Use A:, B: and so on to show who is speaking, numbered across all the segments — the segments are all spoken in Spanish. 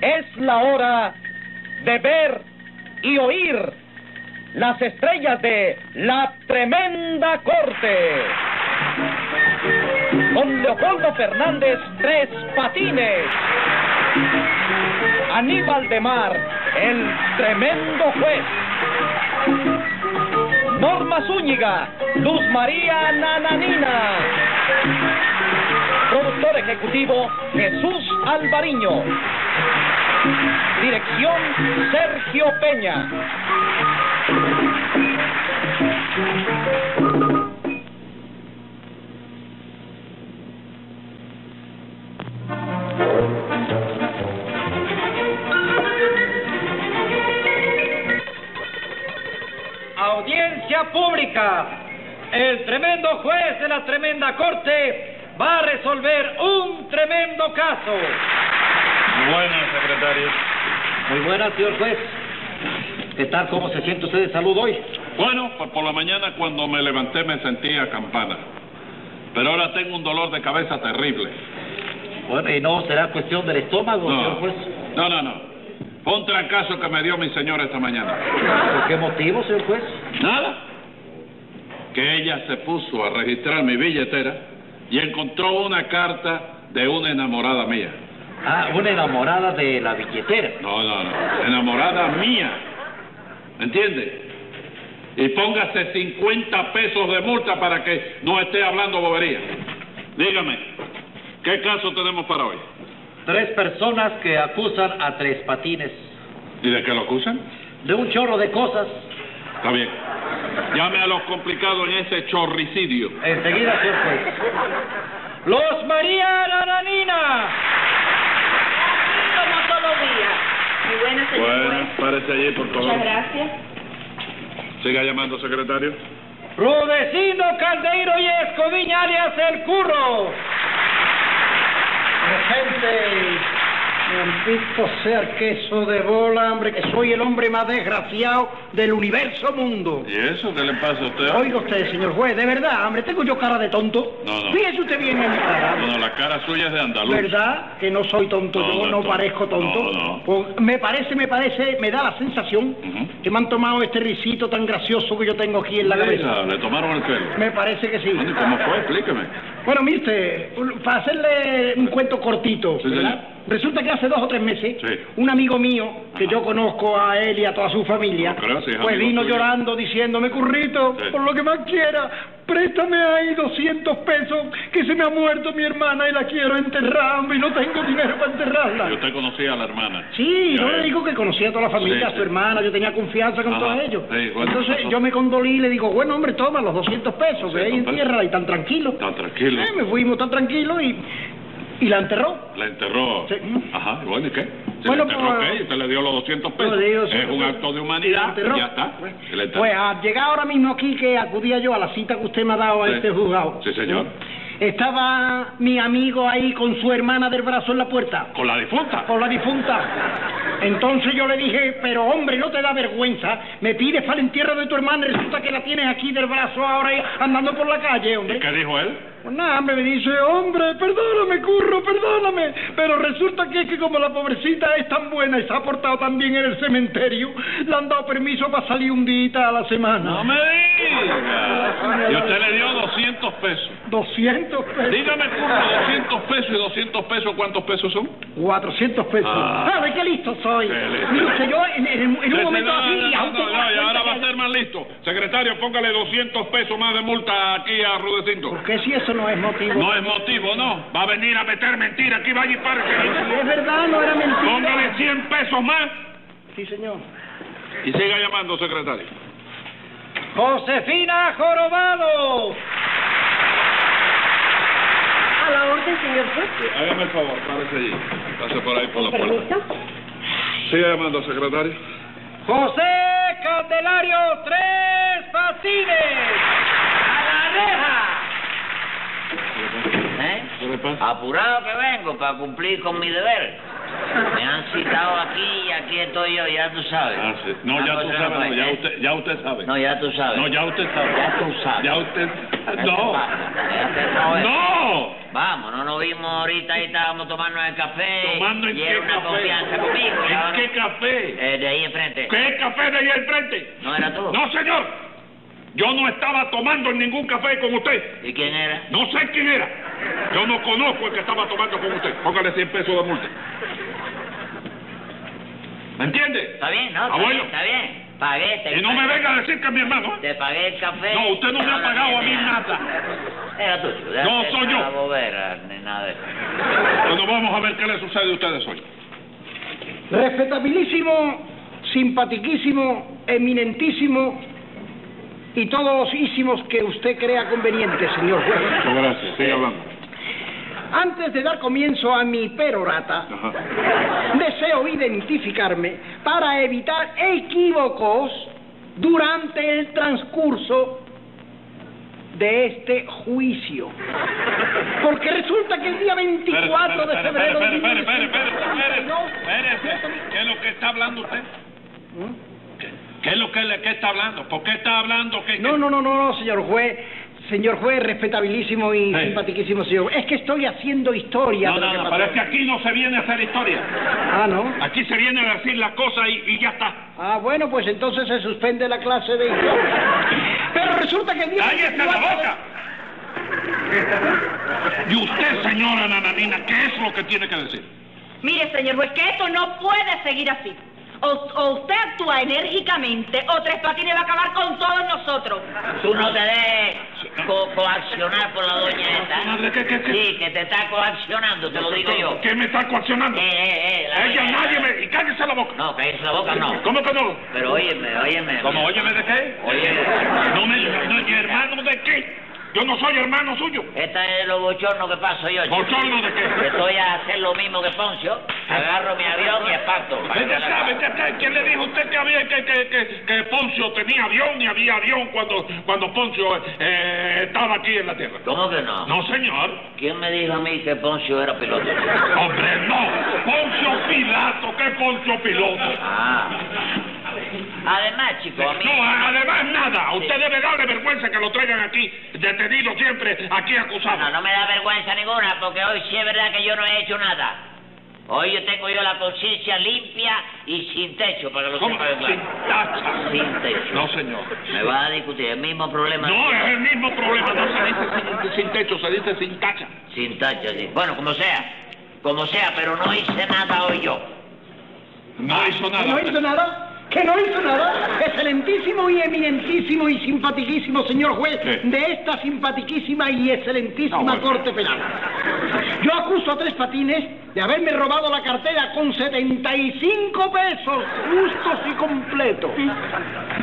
A: Es la hora de ver y oír las estrellas de la tremenda corte. Con Leopoldo Fernández Tres Patines. Aníbal de Mar, el tremendo juez. Norma Zúñiga, Luz María Nananina. Productor ejecutivo Jesús Alvariño. Dirección Sergio Peña.
B: Audiencia pública. El tremendo juez de la tremenda corte va a resolver un tremendo caso.
C: Buenas, secretario.
B: Muy buenas, señor juez. ¿Qué tal? ¿Cómo se siente usted de salud hoy?
C: Bueno, pues por la mañana cuando me levanté me sentía campana. Pero ahora tengo un dolor de cabeza terrible.
B: Bueno, y no será cuestión del estómago,
C: No,
B: señor
D: pues?
B: juez.
C: no, no. no. Fue un trancazo que me dio mi señora esta mañana.
B: ¿Por qué motivo, señor juez?
C: Nada. Que ella se puso a registrar mi billetera y encontró una carta de una enamorada mía.
B: Ah, una enamorada de la billetera.
C: No, no, no. Enamorada mía. ¿Me entiende? Y póngase 50 pesos de multa para que no esté hablando bobería. Dígame, ¿qué caso tenemos para hoy?
B: Tres personas que acusan a Tres Patines
C: ¿Y de qué lo acusan?
B: de un chorro de cosas.
C: Está bien. Llame a los complicados en ese chorricidio.
B: Enseguida, señor juez.
A: Los María Nananina.
E: Como todo día. Muy buenas, señor
C: Bueno,
E: juez.
C: párese allí, por favor.
E: Muchas gracias.
C: Siga llamando, secretario.
A: Rudecindo Caldeiro y Escoviña alias El Curro.
F: Presente. Maldito sea queso de bola, hombre, que soy el hombre más desgraciado del universo mundo.
C: ¿Y eso qué le pasa a usted?
F: Oiga usted, señor juez, de verdad, hombre, ¿tengo yo cara de tonto?
C: No, no.
F: Fíjese usted bien en mi cara.
C: No, no, la cara suya es de andaluz.
F: ¿Verdad que no soy tonto?
C: No, no
F: yo
C: es
F: no,
C: tonto.
F: parezco tonto.
C: No, no.
F: Pues, me parece, me parece, me da la sensación
C: Ujú.
F: que me han tomado este risito tan gracioso que yo tengo aquí en la cabeza.
C: Mira, le tomaron el pelo.
F: Me parece que sí.
C: ¿Y ¿Cómo fue? Explíqueme.
F: Bueno, mire usted, para hacerle un cuento cortito,
C: Sí,
F: ¿verdad?
C: señor.
F: resulta que hace dos o tres meses,
C: Sí.
F: un amigo mío, que
C: Ajá.
F: yo conozco a él y a toda su familia,
C: No creo, si es
F: pues
C: amigo
F: vino
C: tuyo.
F: llorando diciéndome, currito,
C: Sí.
F: por lo que más quiera, préstame ahí 200 pesos, que se me ha muerto mi hermana y la quiero enterrar, hombre, y no tengo dinero para enterrarla.
C: Y usted conocía a la hermana.
F: Sí,
C: Ya
F: yo le
C: es.
F: digo que conocía a toda la familia,
C: Sí,
F: a su
C: sí.
F: hermana, yo tenía confianza con
C: Ajá,
F: todos ellos.
C: sí, bueno,
F: Entonces
C: pasó.
F: yo me condolí y le digo, bueno, hombre, toma los 200 pesos, ve
C: 200
F: ahí
C: pesos.
F: entierra y tan tranquilo.
C: Tan tranquilo.
F: Eh, me fuimos tan tranquilo y, y la enterró.
C: La enterró.
F: Sí.
C: Ajá, y bueno, ¿y qué? Se
F: Bueno,
C: la enterró,
F: pues-
C: ¿qué? Y usted le dio los 200 pesos.
F: Pues, digo,
C: es
F: sí,
C: un
F: pues,
C: acto de
F: y la
C: humanidad.
F: enterró.
C: Ya está. Y la enterró.
F: Pues al llegar ahora mismo aquí que acudía yo a la cita que usted me ha dado a
C: Sí.
F: este juzgado.
C: Sí, señor.
F: ¿eh? Estaba mi amigo ahí con su hermana del brazo en la puerta,
C: Con la difunta.
F: por la difunta. Entonces yo le dije, pero hombre, no te da vergüenza, me pides para el entierro de tu hermana y resulta que la tienes aquí del brazo ahora eh, andando por la calle, hombre.
C: ¿Y qué dijo él?
F: Pues nada, hombre, me dice, hombre, perdóname, curro, perdóname. Pero resulta que es que como la pobrecita es tan buena y se ha portado tan bien en el cementerio, le han dado permiso para salir un día a la
C: No
F: semana.
C: me diga. Y usted le dio 200 pesos.
F: 200 pesos.
C: Dígame, curso, 200 pesos y 200 pesos, ¿cuántos pesos son?
F: 400 pesos.
C: Ah.
F: ¿Sabe qué listo soy?
C: Qué listo.
F: Mire usted, yo en, en- en un
C: Sí,
F: momento
C: sí, no,
F: así...
C: no,
F: y
C: no,
F: auto-
C: no, no, y ahora va a ser más listo. Secretario, póngale 200 pesos más de multa aquí a Rudecindo.
F: Porque si eso no es motivo...
C: No es motivo, no. Va a venir a meter mentira aquí, vaya y
F: Si
C: parque.
F: es verdad, no era mentira.
C: Póngale 100 pesos más
F: Sí, señor.
C: y siga llamando, secretario.
A: Josefina Jorobado.
E: A la orden, señor juez.
C: Hágame el favor, párese allí. Pase por ahí por la puerta.
E: Permiso.
C: Siga llamando, secretario.
A: José Candelario Tres Patines. A la reja.
D: ¿Eh?
C: ¿Qué le pasa? ¿Eh?
D: Apurado que vengo para cumplir con mi deber. Me han citado aquí y aquí estoy yo, ya tú sabes.
C: Ah, sí. No,
D: Ah,
C: ya
D: pues,
C: tú
D: no,
C: sabes, no,
D: pues,
C: ya
D: ¿eh?
C: usted, ya usted sabe.
D: No, ya tú sabes.
C: No, ya usted sabe.
D: Ya tú sabes.
C: Ya usted...
D: ¿Qué te
C: No.
D: pasa? Ya te- no, eh.
C: ¡No!
D: Vamos, no nos vimos ahorita y estábamos tomando el café.
C: ¿Tomando en
D: y
C: qué
D: era una
C: café?
D: Eh, confianza conmigo. y
C: ¿En
D: ahora-
C: qué café?
D: Eh, de ahí enfrente.
C: ¿Qué café de ahí al frente?
D: ¿No era tú?
C: No, señor. Yo no estaba tomando ningún café con usted.
D: ¿Y quién era?
C: No sé quién era. Yo no conozco el que estaba tomando con usted. Póngale 100 pesos de multa. ¿Me entiende?
D: ¿Está bien? ¿No? ¿Está
C: Abuelo.
D: bien? ¿Está bien? Pagué. Te
C: Y no me venga a decir que es mi hermano. ¿eh?
D: Te pagué el café.
C: No, usted no me ha
D: Ahora
C: pagado a mí
D: viene
C: nada.
D: Era tuyo.
C: No,
D: déjate
C: soy
D: esa
C: yo.
D: bobera, ni nada de eso.
C: Bueno, vamos a ver qué le sucede a ustedes hoy.
F: Respetabilísimo, simpatiquísimo, eminentísimo y todos los ísimos que usted crea conveniente, señor juez.
C: Muchas gracias. Eh, Sigue hablando.
F: Antes de dar comienzo a mi perorata,
C: Ajá.
F: deseo identificarme para evitar equívocos durante el transcurso de este juicio. Porque resulta que el día 24 de febrero...
C: Espere,
F: de
C: espere, espere, espere, espere,
F: 1952,
C: espere, espere. ¿Qué es lo que está hablando usted? ¿Qué, qué es lo que le qué está hablando? ¿Por qué está hablando? ¿Qué, qué-
F: ¿Mm? No, no, no, no, no, señor juez. Señor juez, respetabilísimo y
C: Sí.
F: simpatiquísimo señor. Es que estoy haciendo historia.
C: No,
F: de lo
C: no,
F: que
C: no,
F: pasó.
C: pero es que aquí no se viene a hacer historia.
F: Ah, ¿no?
C: Aquí se viene a decir las cosas y, y ya está.
F: Ah, bueno, pues entonces se suspende la clase de historia. Pero resulta que el día
C: ¡Cállese la
F: 24 de-
C: boca! Y usted, señora Nananina, ¿qué es lo que tiene que decir?
G: Mire, señor juez, que esto no puede seguir así. O, o usted actúa enérgicamente o Tres Patines va a acabar con todos nosotros.
D: Tú no te dejes co- coaccionar por la doña esta. ¿eh?
C: Madre, ¿qué, qué, qué?
D: Sí, que te está coaccionando, te lo digo yo.
C: ¿Qué me está coaccionando?
D: Eh, eh, eh, la
C: Ella
D: doña
C: nadie
D: esta.
C: me... Y cállese la boca.
D: No, cállese la boca, no.
C: ¿Cómo que no?
D: Pero óyeme, óyeme.
C: ¿Cómo? Óyeme de qué?
D: Oye,
C: No me no, ¿y hermano de qué? Yo no soy hermano suyo.
D: Esta es lo bochorno que paso yo. chico.
C: ¿Bochorno de qué?
D: Que estoy a hacer lo mismo que Poncio. Agarro mi avión y esparto.
C: Vete acá, vete acá. ¿Quién le dijo a usted que había que, que, que, que Poncio tenía avión y había avión cuando, cuando Poncio eh, estaba aquí en la tierra?
D: ¿Cómo que no?
C: No, señor.
D: ¿Quién me dijo a mí que Poncio era piloto?
C: Hombre, no. Poncio Pilato, ¿qué Poncio Piloto?
D: Ah. Además, chico, a mí...
C: No, a- además nada. A usted debe darle vergüenza que lo traigan aquí, detenido siempre, aquí acusado.
D: No, no me da vergüenza ninguna, porque hoy sí es verdad que yo no he hecho nada. Hoy yo tengo yo la conciencia limpia y sin techo, para que lo
C: ¿Cómo?
D: sepa
C: Sin
D: de claro.
C: tacha.
D: Sin techo.
C: No, señor.
D: Me va a discutir el mismo problema.
C: No, eh. es el mismo problema. No se dice sin, sin techo, se dice sin tacha.
D: Sin tacho, sí. Bueno, como sea. Como sea, pero no hice nada hoy yo.
C: No hizo
F: ¿Que no hizo nada? ¿Que no hizo nada? Excelentísimo y eminentísimo y simpatiquísimo señor juez
C: Sí.
F: de esta simpatiquísima y excelentísima
C: Ah, bueno.
F: Corte Penal. Yo acuso a Tres Patines de haberme robado la cartera con 75 pesos justos y completos.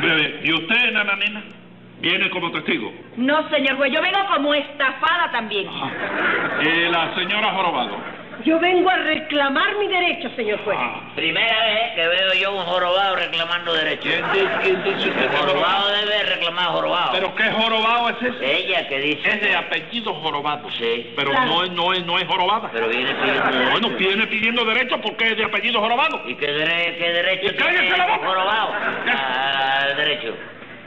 C: Breve, ¿y usted, nananina? Viene como testigo.
G: No, señor juez, yo vengo como estafada también.
C: Eh, la señora Jorobado.
E: Yo vengo a reclamar mi derecho, señor juez.
C: Ah.
D: Primera vez que veo yo un jorobado reclamando derechos.
C: ¿Quién dice, quién dice que
D: El
C: es
D: jorobado
C: jorobado?
D: debe reclamar jorobado.
C: ¿Pero qué jorobado es ese?
D: Ella que dice...
C: Es de apellido jorobado.
D: Sí.
C: Pero no es, no es, no es jorobada.
D: Pero viene pidiendo derechos.
C: Bueno, viene pidiendo derecho porque es de apellido jorobado.
D: ¿Y qué, dere- qué
C: Y
D: derecho
C: cállese
D: tiene
C: la boca.
D: jorobado
C: Ya.
D: a- al derecho?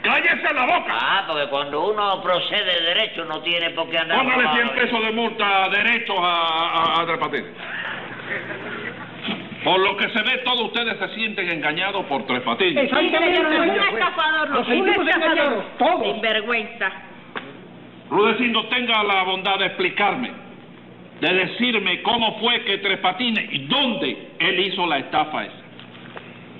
C: ¡Cállese la boca!
D: Ah, porque cuando uno procede derecho no tiene por qué andar...
C: Póngale
D: jorobado.
C: 100 pesos de multa derechos a, a, a Tres Patines. Por lo que se ve, todos ustedes se sienten engañados por Tres Patines.
G: señor
F: Exactamente,
G: juez,
F: señor
G: un
F: juez.
G: estafador,
F: Nos
G: un
F: sentimos
G: estafador.
F: engañados, todos.
G: Sinvergüenza.
C: Rudecindo, tenga la bondad de explicarme, de decirme cómo fue que Tres Patines y dónde él hizo la estafa esa.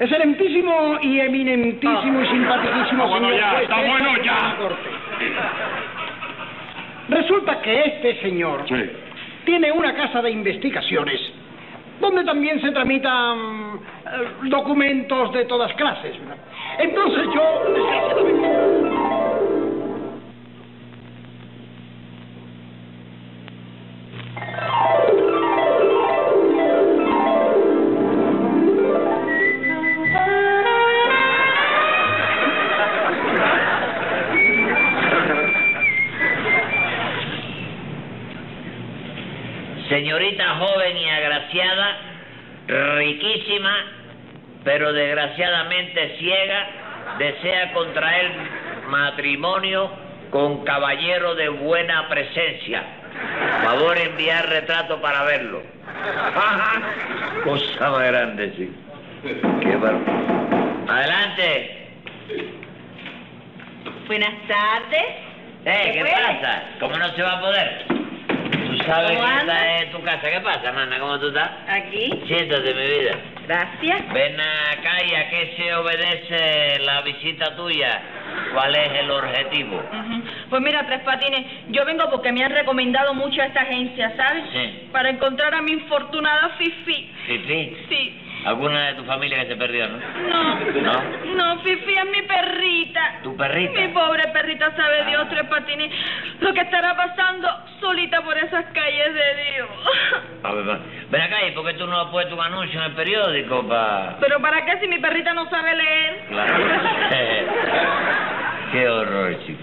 F: Excelentísimo y eminentísimo y simpaticísimo
C: Ah, bueno,
F: señor
C: ya,
F: juez
C: está
F: de esta
C: bueno, ya.
F: Suprema Corte. Resulta que este señor
C: Sí.
F: tiene una casa de investigaciones donde también se tramitan eh, documentos de todas clases. ¿verdad? Entonces yo...
D: Señorita joven y agraciada, riquísima, pero desgraciadamente ciega, desea contraer matrimonio con caballero de buena presencia. Favor enviar retrato para verlo. Cosa más grande, sí. Qué bárbaro. Adelante.
G: Buenas tardes.
D: Eh,
G: ¿Se
D: ¿qué
G: puede?
D: pasa? ¿Cómo no se va a poder? Tú sabes
G: ¿Cómo
D: que
G: andas?
D: esta es tu casa. ¿Qué pasa, nana? ¿Cómo tú estás?
G: Aquí.
D: Siéntate, mi vida.
G: Gracias.
D: Ven acá y a qué se obedece la visita tuya. ¿Cuál es el objetivo?
G: Ujú. Pues mira, Tres Patines, yo vengo porque me han recomendado mucho a esta agencia, ¿sabes?
D: Sí.
G: Para encontrar a mi infortunada Fifi.
D: Fifi,
G: Sí.
D: alguna de tu familia que se perdió, ¿no?
G: No.
D: ¿No?
G: No, Fifi es mi perrita.
D: ¿Tu perrita?
G: Mi pobre perrita, sabe
D: Ah.
G: Dios, Tres Patines, lo que estará pasando solita por esas calles de Dios.
D: A ver, va. Ah, ven acá, ¿y por qué tú no has puesto un anuncio en el periódico para...?
G: Pero ¿para qué si mi perrita no sabe leer?
D: Claro. qué horror, chico.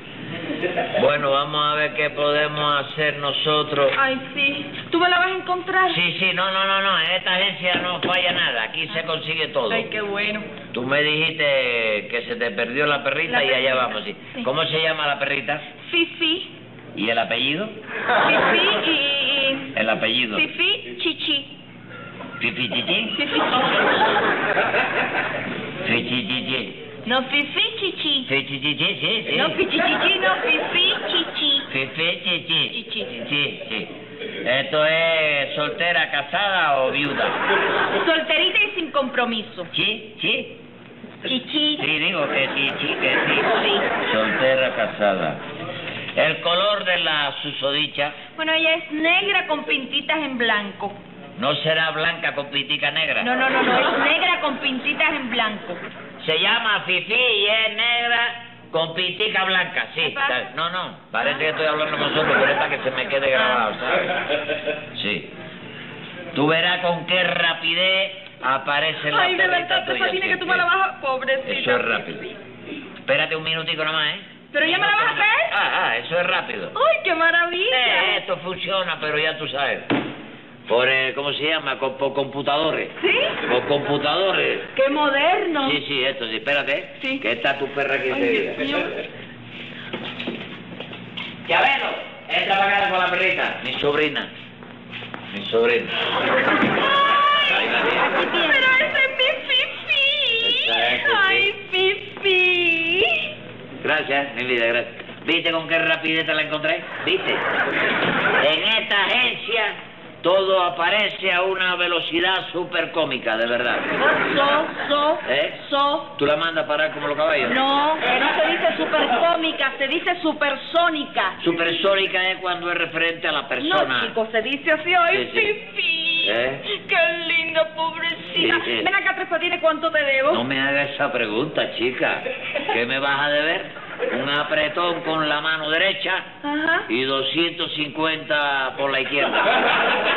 D: Bueno, vamos a ver qué podemos hacer nosotros.
G: Ay, sí. ¿Tú me la vas a encontrar?
D: Sí, sí, no, no, no, no, en esta agencia no falla nada, aquí se consigue todo.
G: Ay, qué bueno.
D: Tú me dijiste que se te perdió la perrita
G: La
D: y allá
G: perrita,
D: vamos, sí.
G: sí.
D: ¿Cómo se llama la perrita?
G: Fifi.
D: ¿Y el apellido?
G: Fifi y... y-
D: El apellido.
G: Fifi, chichi.
D: Fifi Chichi.
G: Fifi, chichi.
D: Fichi Chichi.
G: No, fifi, chichi.
D: Fichi Chichi, sí, sí.
G: No, fichi, chichi, no, fifi, chichi.
D: Fifi Chichi.
G: Chichi.
D: Sí, sí. ¿Esto es soltera, casada o viuda?
G: Solterita y sin compromiso.
D: Sí, sí.
G: Chichi.
D: Sí, digo que sí, sí, que sí.
G: Sí.
D: Soltera, casada. El color de la susodicha
G: Bueno, ella es negra con pintitas en blanco.
D: no será blanca con pitica negra.
G: No, no, no, no, es negra con pintitas en blanco.
D: Se llama Fifi y es negra con pitica blanca, sí.
G: ¿Qué pasa?
D: está- No, no, parece que estoy hablando con nosotros, pero es para que se me quede grabado,
G: Ah.
D: ¿sabes? Sí. Tú verás con qué rapidez aparece la
G: Ay, de
D: perrita
G: verdad, te
D: tuya,
G: fascina
D: sí,
G: que tú
D: sí.
G: me la vas a... Pobrecita.
D: Eso es rápido. Espérate un minutico nomás, ¿eh?
G: ¿Pero ya me la vas a Oh, traer?
D: Ah, ah, eso es rápido.
G: ¡Ay, qué
D: Eh,
G: maravilla!
D: esto funciona, pero ya tú sabes. Por, eh, ¿cómo se llama? Con- por computadores.
G: ¿Sí?
D: Por computadores.
G: ¡Qué moderno!
D: Sí, sí, esto sí. Espérate. ¿eh?
G: Sí.
D: Que está tu perra aquí
G: Ay,
D: enseguida.
G: Dios mío.
D: Chabelo, entra para acá con la perrita. Mi sobrina. Mi sobrina. Ahí la tienes.
G: Ay, ¡Pero esa es mi Fifi!
D: Esa es tu
G: ¡Ay, Fifi!
D: Gracias, mi vida, gracias. ¿Viste con qué rapidez te la encontré? ¿Viste? En esta agencia todo aparece a una velocidad súper cómica, de verdad.
G: So, so,
D: ¿Eh?
G: so.
D: ¿Tú la mandas a parar como los caballos?
G: No, no se dice supercómica, se dice supersónica.
D: Supersónica es cuando es referente a la persona.
G: No, chicos, se dice así, ay,
D: Sí, sí.
G: Fifi.
D: ¿Eh?
G: Qué linda, pobrecita.
D: Sí, sí.
G: Ven acá, Tres Patines, ¿cuánto te debo?
D: No me hagas esa pregunta, chica. ¿Qué me vas a deber? Un apretón con la mano derecha
G: Ajá.
D: y 250 por la izquierda.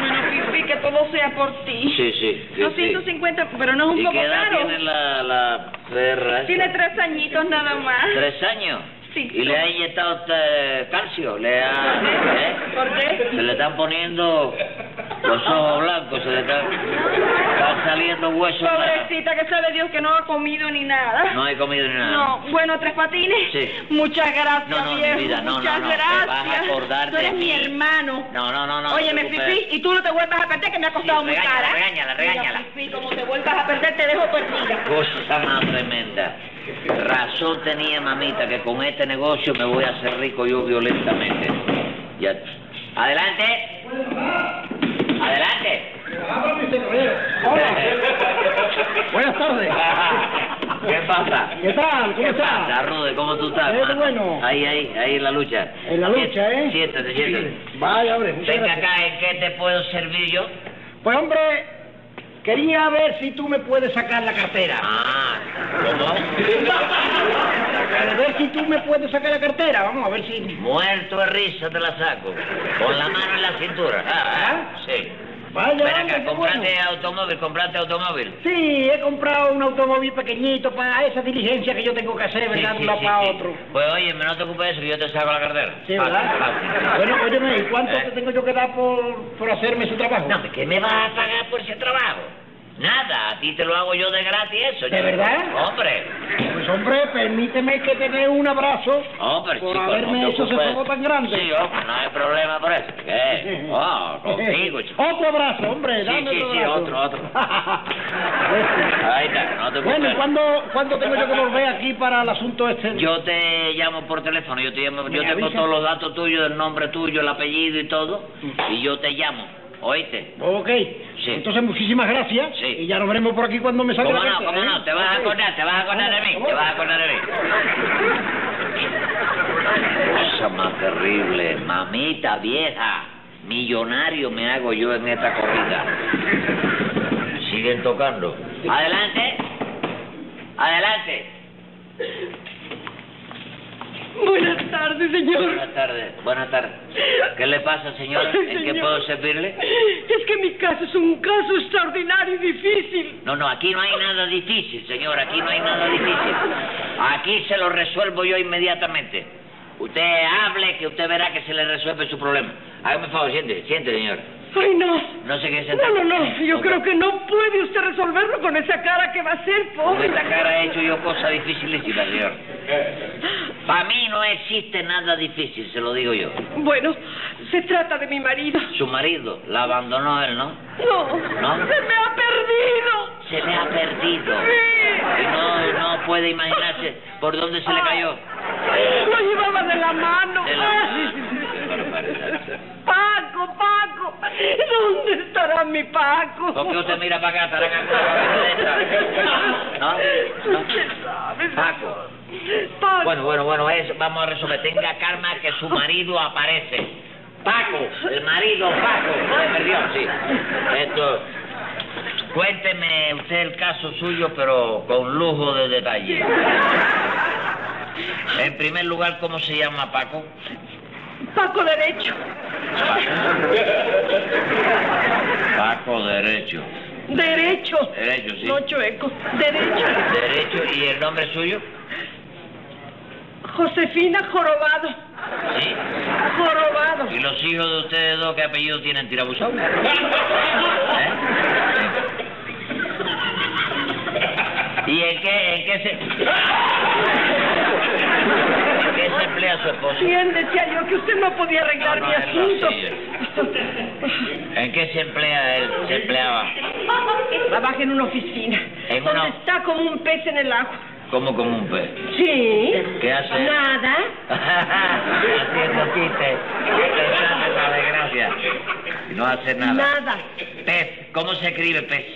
G: Bueno, Fifi, que todo sea por ti.
D: Sí, sí. sí, sí.
G: 250, pero no es un
D: ¿Y
G: poco
D: qué edad
G: caro.
D: tiene la, la perra? esa?
G: Tiene tres añitos nada más.
D: ¿Tres años?
G: Sí.
D: ¿Y le ha inyectado usted calcio? ¿Le ha...? ¿eh?
G: ¿Por qué?
D: Se le están poniendo los ojos blancos, se le están, están saliendo huesos.
G: Pobrecita, que sabe Dios que no ha comido ni nada.
D: No hay comido ni nada.
G: No, bueno, Tres Patines,
D: Sí.
G: muchas gracias,
D: No, no, mi
G: viejo,
D: vida, no, no,
G: muchas
D: no, te
G: gracias.
D: vas a acordar
G: Tú
D: de
G: eres mi
D: mí.
G: hermano.
D: No, no, no, no.
G: Óyeme,
D: no te preocupes.
G: Fifi, y tú no te vuelvas a perder, que me ha costado
D: Sí,
G: muy
D: regáñala,
G: cara.
D: regáñala, regáñala.
G: Mira, Fifi, como te vuelvas a perder, te dejo perdida.
D: Cosa más tremenda. Razón tenía mamita que con este negocio me voy a hacer rico yo violentamente. Ya. Adelante. Adelante.
F: Buenas tardes.
D: ¿Qué pasa?
F: ¿Qué tal? ¿Cómo
D: ¿Qué
F: está?
D: pasa, Rude? ¿Cómo tú estás?
F: Eh,
D: mano?
F: bueno.
D: Ahí, ahí, ahí en la lucha.
F: En la lucha,
D: Siéntate,
F: ¿eh?
D: Siéntate, siéntate.
F: Vaya, hombre, muchas
D: Venga
F: gracias.
D: acá, ¿en qué te puedo servir yo?
F: Pues, hombre, quería ver si tú me puedes sacar la cartera.
D: Ah, ¿cómo?
F: A ver si tú me puedes sacar la cartera. Vamos a ver si...
D: Muerto de risa te la saco. Con la mano en la cintura. Ah,
F: ¿Ah?
D: sí.
F: Vaya,
D: Ven
F: hombre,
D: acá,
F: qué
D: comprate
F: bueno.
D: automóvil, comprate automóvil.
F: Sí, he comprado un automóvil pequeñito para esa diligencia que yo tengo que hacer,
D: Sí,
F: ¿verdad? De
D: sí,
F: un lado
D: sí,
F: para
D: sí.
F: otro.
D: Pues oye, no te ocupes de eso, que yo te saco la cartera. Ah,
F: Sí,
D: Fácil,
F: ¿verdad?
D: fácil.
F: Bueno, óyeme, ¿y cuánto
D: Eh.
F: te tengo yo que dar por, por hacerme su trabajo?
D: No, ¿qué me vas a pagar por ese trabajo? Nada, a ti te lo hago yo de gratis eso.
E: ¿De
D: chico.
E: verdad?
D: Hombre,
F: Pues hombre, permíteme que te dé un abrazo.
D: hombre,
F: Por
D: chico,
F: haberme
D: no te
F: hecho ese
D: ocupes.
F: favor tan grande.
D: Sí, hombre, no hay problema por eso. ¿Qué? Oh, contigo, chico.
F: Otro abrazo, hombre,
D: Sí,
F: dame
D: sí,
F: otro
D: sí,
F: abrazo.
D: otro, otro.
F: Ahí
D: Ahí está, no te
F: Bueno,
D: preocupes.
F: ¿y ¿cuándo, cuándo tengo yo que volver aquí para el asunto este?
D: Yo te llamo por teléfono, yo te llamo,
F: Me
D: yo tengo
F: avisa.
D: todos los datos tuyos, el nombre tuyo, el apellido y todo, y yo te llamo, ¿oíste?
F: Ok.
D: Sí.
F: Entonces, muchísimas gracias.
D: Sí.
F: Y ya nos veremos por aquí cuando me salga
D: ¿Cómo
F: la
D: no?
F: carta,
D: ¿Cómo
F: ¿eh?
D: no? Te vas a
F: Ok.
D: acordar, te vas a acordar de mí,
F: ¿Cómo?
D: te vas a acordar de mí. Cosa más terrible, mamita vieja, millonario me hago yo en esta corrida. Siguen tocando. Adelante, adelante.
E: Buenas tardes, señor.
D: Buenas tardes, buenas tardes. ¿Qué le pasa, señora?
E: Ay,
D: ¿En qué
E: señor.
D: puedo servirle?
E: Es que mi caso es un caso extraordinario y difícil.
D: No, no, aquí no hay nada difícil, señor, aquí no hay nada difícil. Aquí se lo resuelvo yo inmediatamente. Usted hable que usted verá que se le resuelve su problema. Hágame un favor, siente, siente, señor.
E: Ay, no.
D: No sé qué es
E: No, no, no. Yo creo que no puede usted resolverlo con esa cara que va a hacer,
D: Con
E: pobre.
D: esta cara he hecho yo cosa dificilísima, señor. Para mí no existe nada difícil, se lo digo yo.
E: Bueno, se trata de mi marido.
D: Su marido la abandonó él, ¿no?
E: No.
D: ¿No?
E: Se me ha perdido.
D: Se le ha perdido.
E: Sí.
D: Y no, no puede imaginarse por dónde se le cayó.
E: Lo llevaba de la mano.
D: De la
E: Ah.
D: mano. Qué barbaridad.
E: Paco, Paco. ¿Dónde estará mi Paco?
D: ¿Por qué usted mira para acá, Taranga? ¿No? ¿No?
E: Usted sabe,
D: Paco.
E: Paco.
D: Bueno, bueno, bueno, eso, vamos a resolver. Tenga calma que su marido aparece. Paco, el marido Paco. Se perdió, sí. Esto. Cuénteme usted el caso suyo, pero con lujo de detalle. En primer lugar, ¿cómo se llama Paco?
E: Paco derecho.
D: Paco Derecho.
E: Derecho.
D: Derecho, sí.
E: No chueco. Derecho.
D: Derecho, ¿y el nombre suyo?
E: Josefina Jorobado.
D: Sí.
E: Jorobado.
D: ¿Y los hijos de ustedes dos qué apellido tienen tirabuzón? ¿Eh? ¿Y en qué, en qué se... ¿En qué se emplea su esposo?
E: Bien, decía yo que usted no podía arreglar
D: No, no,
E: mi
D: es la
E: asunto.
D: ¿En qué se emplea él? Se empleaba.
E: Trabaja en una oficina.
D: En
E: donde
D: una-
E: está como un pez en el agua.
D: Como como un pez.
E: Sí.
D: ¿Qué hace?
E: Nada.
D: Haciendo chistes. Qué pensante esa desgracia. Y no hace nada.
E: Nada.
D: Pez. ¿Cómo se escribe pez?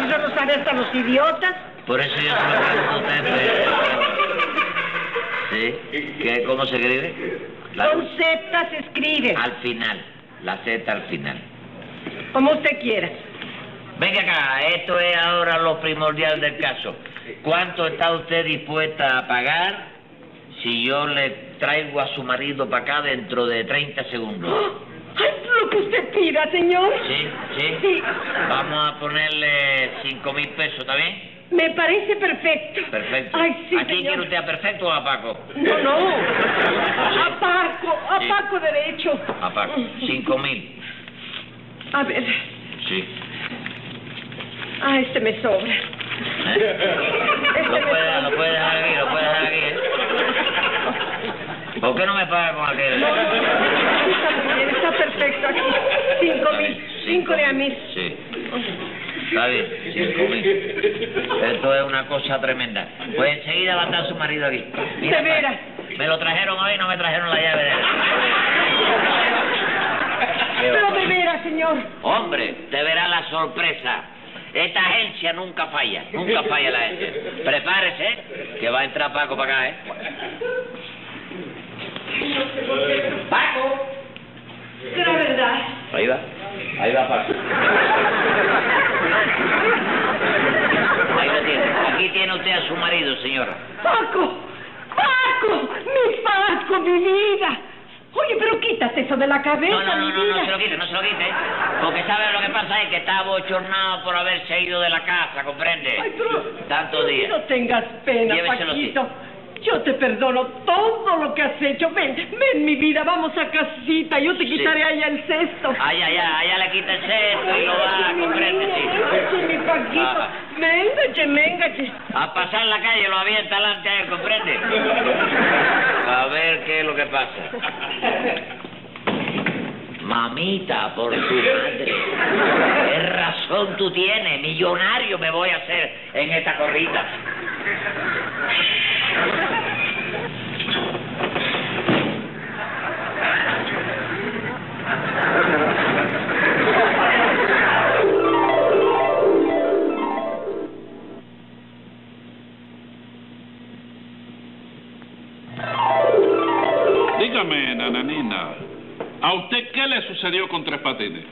E: Si eso lo sabe hasta los idiotas.
D: Por eso yo se lo pregunto a usted, pez. ¿Sí? ¿Qué, ¿Cómo se escribe? La-
E: Con Z se escribe.
D: Al final. La Z al final.
E: Como usted quiera.
D: Venga acá, esto es ahora lo primordial del caso. ¿Cuánto está usted dispuesta a pagar si yo le traigo a su marido para acá dentro de 30 segundos?
E: Ay, lo que usted pida, señor.
D: ¿Sí? ¿Sí?
E: Sí.
D: Vamos a ponerle 5 mil pesos, ¿está bien?
E: Me parece perfecto.
D: Perfecto.
E: Ay, sí,
D: ¿A quién
E: señor.
D: quiere usted, a Perfecto o a Paco?
E: No, no. A Paco, a
D: Sí.
E: Paco derecho.
D: A Paco. 5 mil.
E: A ver.
D: Sí.
E: Ah, este me sobra. Este
D: ¿Eh? Lo puede, lo puede dejar aquí, lo puede dejar aquí. ¿eh? ¿Por qué no me paga con aquel?
E: No, no, está muy bien, está perfecto aquí. Cinco mil, cinco de a mil.
D: Sí. Está bien, cinco mil. Esto es una cosa tremenda. Pues enseguida va a estar su marido aquí.
E: De veras.
D: pa, Me lo trajeron hoy, no me trajeron la llave de él. Qué
E: Pero
D: horror.
E: de veras, señor.
D: Hombre, te verá la sorpresa. Esta agencia nunca falla, nunca falla la agencia. Prepárese, ¿eh? que va a entrar Paco para acá, ¿eh? ¡Paco!
E: Pero verdad.
D: Ahí va, ahí va Paco. Ahí lo tiene. Aquí tiene usted a su marido, señora.
E: Paco, Paco, mi Paco, mi vida. Oye, pero quítate eso de la cabeza,
D: No, no, no,
E: mi
D: no,
E: vida.
D: no se lo quite, no se lo quite. ¿eh? Porque sabe lo que pasa es que está bochornado por haberse ido de la casa,
E: Ay,
D: ¿comprende?
E: pero...
D: Tantos días.
E: No tengas pena,
D: Lléveselo así.
E: Paquito. Yo te perdono todo lo que has hecho. Ven, ven, mi vida, vamos a casita. Yo te
D: Sí.
E: quitaré allá el cesto.
D: Allá, allá, allá le quita el cesto y lo va,
E: Ay, mi
D: comprende,
E: niña,
D: sí. Ah.
E: ven aquí. Méngate, méngate.
D: A pasar la calle lo había talante a él, ¿comprende? A ver qué es lo que pasa. Mamita, por tu madre. ¿Qué razón tú tienes? Millonario me voy a hacer en esta corrida.
C: Dígame, nananina, ¿a usted qué le sucedió con Tres Patines?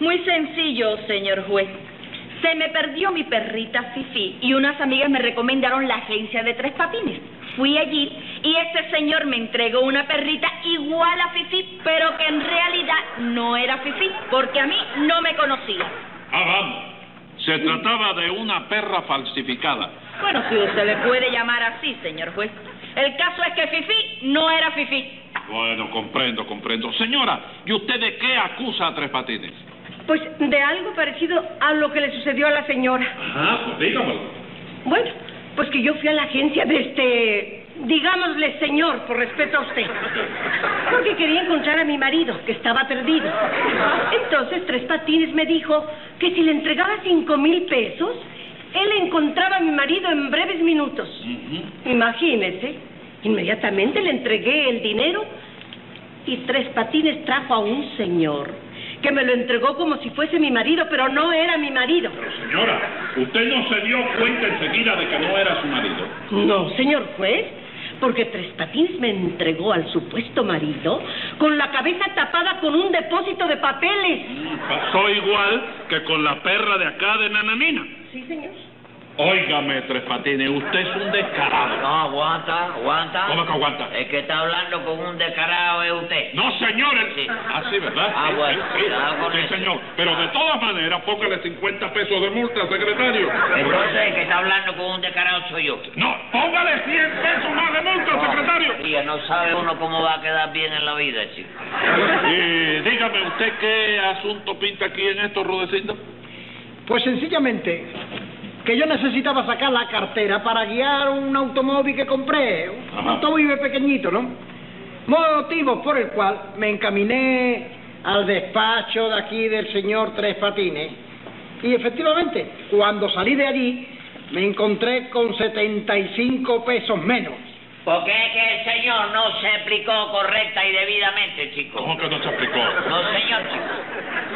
G: Muy sencillo, señor juez. Se me perdió mi perrita Fifi y unas amigas me recomendaron la agencia de Tres Patines. Fui allí y este señor me entregó una perrita igual a Fifi, pero que en realidad no era Fifi, porque a mí no me conocía.
C: Ah, vamos. Se trataba de una perra falsificada.
G: Bueno, si usted le puede llamar así, señor juez. El caso es que Fifi no era Fifi.
C: Bueno, comprendo, comprendo. Señora, ¿y usted de qué acusa a Tres Patines?
E: Pues de algo parecido a lo que le sucedió a la señora.
C: Ajá, pues dígamelo.
E: Bueno, pues que yo fui a la agencia de este, digámosle señor, por respeto a usted, porque quería encontrar a mi marido, que estaba perdido. Entonces Tres Patines me dijo que si le entregaba cinco mil pesos, él encontraba a mi marido en breves minutos. Imagínese, inmediatamente le entregué el dinero y Tres Patines trajo a un señor que me lo entregó como si fuese mi marido, pero no era mi marido.
C: Pero señora, usted no se dio cuenta enseguida de que no era su marido.
E: No, señor juez, porque Tres Patines me entregó al supuesto marido con la cabeza tapada con un depósito de papeles.
C: Pasó igual que con la perra de acá de Nananina.
E: Sí, señor.
C: Óigame, Tres Patines, usted es un descarado.
D: No, aguanta, aguanta.
C: ¿Cómo que aguanta?
D: El que está hablando con un descarado es usted.
C: No, señor. el-
D: Sí.
C: Ah, sí, ¿verdad?
D: Ah,
C: Sí,
D: bueno,
C: sí,
D: cuidado con
C: sí,
D: eso.
C: señor. Pero de todas maneras, póngale 50 pesos de multa, secretario.
D: Entonces el que está hablando con un descarado soy yo.
C: No, póngale 100 pesos más de multa, secretario.
D: Tía, no sabe uno cómo va a quedar bien en la vida, chico.
C: Y dígame, ¿usted qué asunto pinta aquí en esto, Rudecindo?
F: Pues sencillamente, que yo necesitaba sacar la cartera para guiar un automóvil que compré, un
C: Ajá.
F: automóvil pequeñito, ¿no? Motivo por el cual me encaminé al despacho de aquí del señor Tres Patines. Y efectivamente, cuando salí de allí, me encontré con 75 pesos menos.
D: Porque es que el señor no se explicó correcta y debidamente, chico.
C: ¿Cómo que no se explicó?
D: No, señor, chico.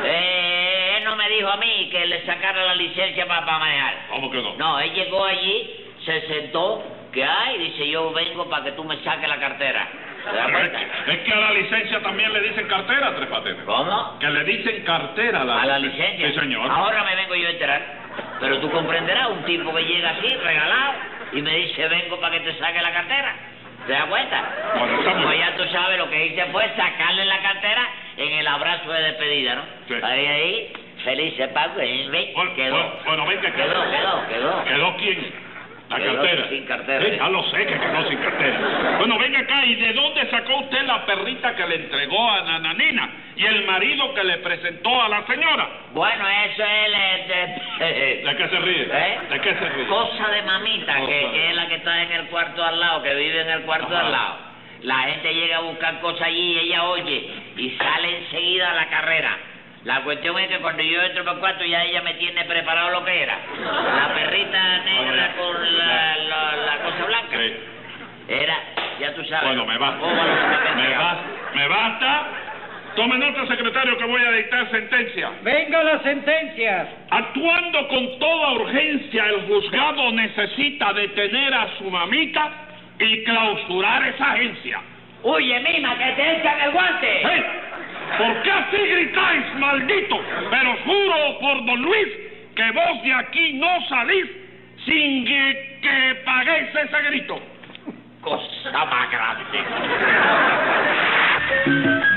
D: Eh, él no me dijo a mí que le sacara la licencia para, manejar.
C: ¿Cómo que no?
D: No, él llegó allí, se sentó, que ay, dice yo vengo para que tú me saques la cartera. ¿Te das cuenta?
C: Es que a la licencia también le dicen cartera, Tres Patines.
D: ¿Cómo?
C: Que le dicen cartera a la,
D: A la licencia. Ah,
C: Sí, señor.
D: Ahora me vengo yo a enterar. Pero tú comprenderás, un tipo que llega así, regalado, y me dice vengo para que te saque la cartera. ¿Te das cuenta?
C: Bueno, está muy
D: Pues
C: bien.
D: ya tú sabes, lo que hice fue sacarle la cartera en el abrazo de despedida, ¿no?
C: Sí.
D: Ahí, ahí, feliz se pagó, ¿eh? ¿Ve?
C: Bueno,
D: quedó.
C: bueno, bueno, venga, que-
D: quedó, quedó, quedó.
C: ¿Quedó quién? La
D: Quedó
C: cartera.
D: sin cartera,
C: Sí,
D: sí.
C: ya lo sé que quedó sin cartera. Bueno, venga acá, ¿y de dónde sacó usted la perrita que le entregó a Nananina? Y el marido que le presentó a la señora.
D: Bueno, eso es... el- este, el-
C: ¿De qué se ríe?
D: ¿Eh?
C: ¿De qué se ríe?
D: Cosa de mamita,
C: Cosa
D: que,
C: de-
D: que es la que está en el cuarto al lado, que vive en el cuarto
C: Ajá.
D: al lado. La gente llega a buscar cosas allí y ella oye y sale enseguida a la carrera. La cuestión es que cuando yo entro para el cuarto ya ella me tiene preparado lo que era. La perrita negra
C: Oye.
D: con la, la- la cosa blanca.
C: Sí.
D: Era, ya tú sabes.
C: Bueno, me basta.
D: Oh, bueno, se me
C: Me
D: pega.
C: basta. Me basta. Tome nota, secretario, que voy a dictar sentencia.
B: Venga las sentencias.
C: Actuando con toda urgencia, el juzgado necesita detener a su mamita y clausurar esa agencia.
D: Huye, mima, que te echan el guante.
C: ¡Eh! ¿Por qué así gritáis, maldito? Pero juro por don Luis que vos de aquí no salís sin que, que paguéis ese grito.
D: Cosa más grande.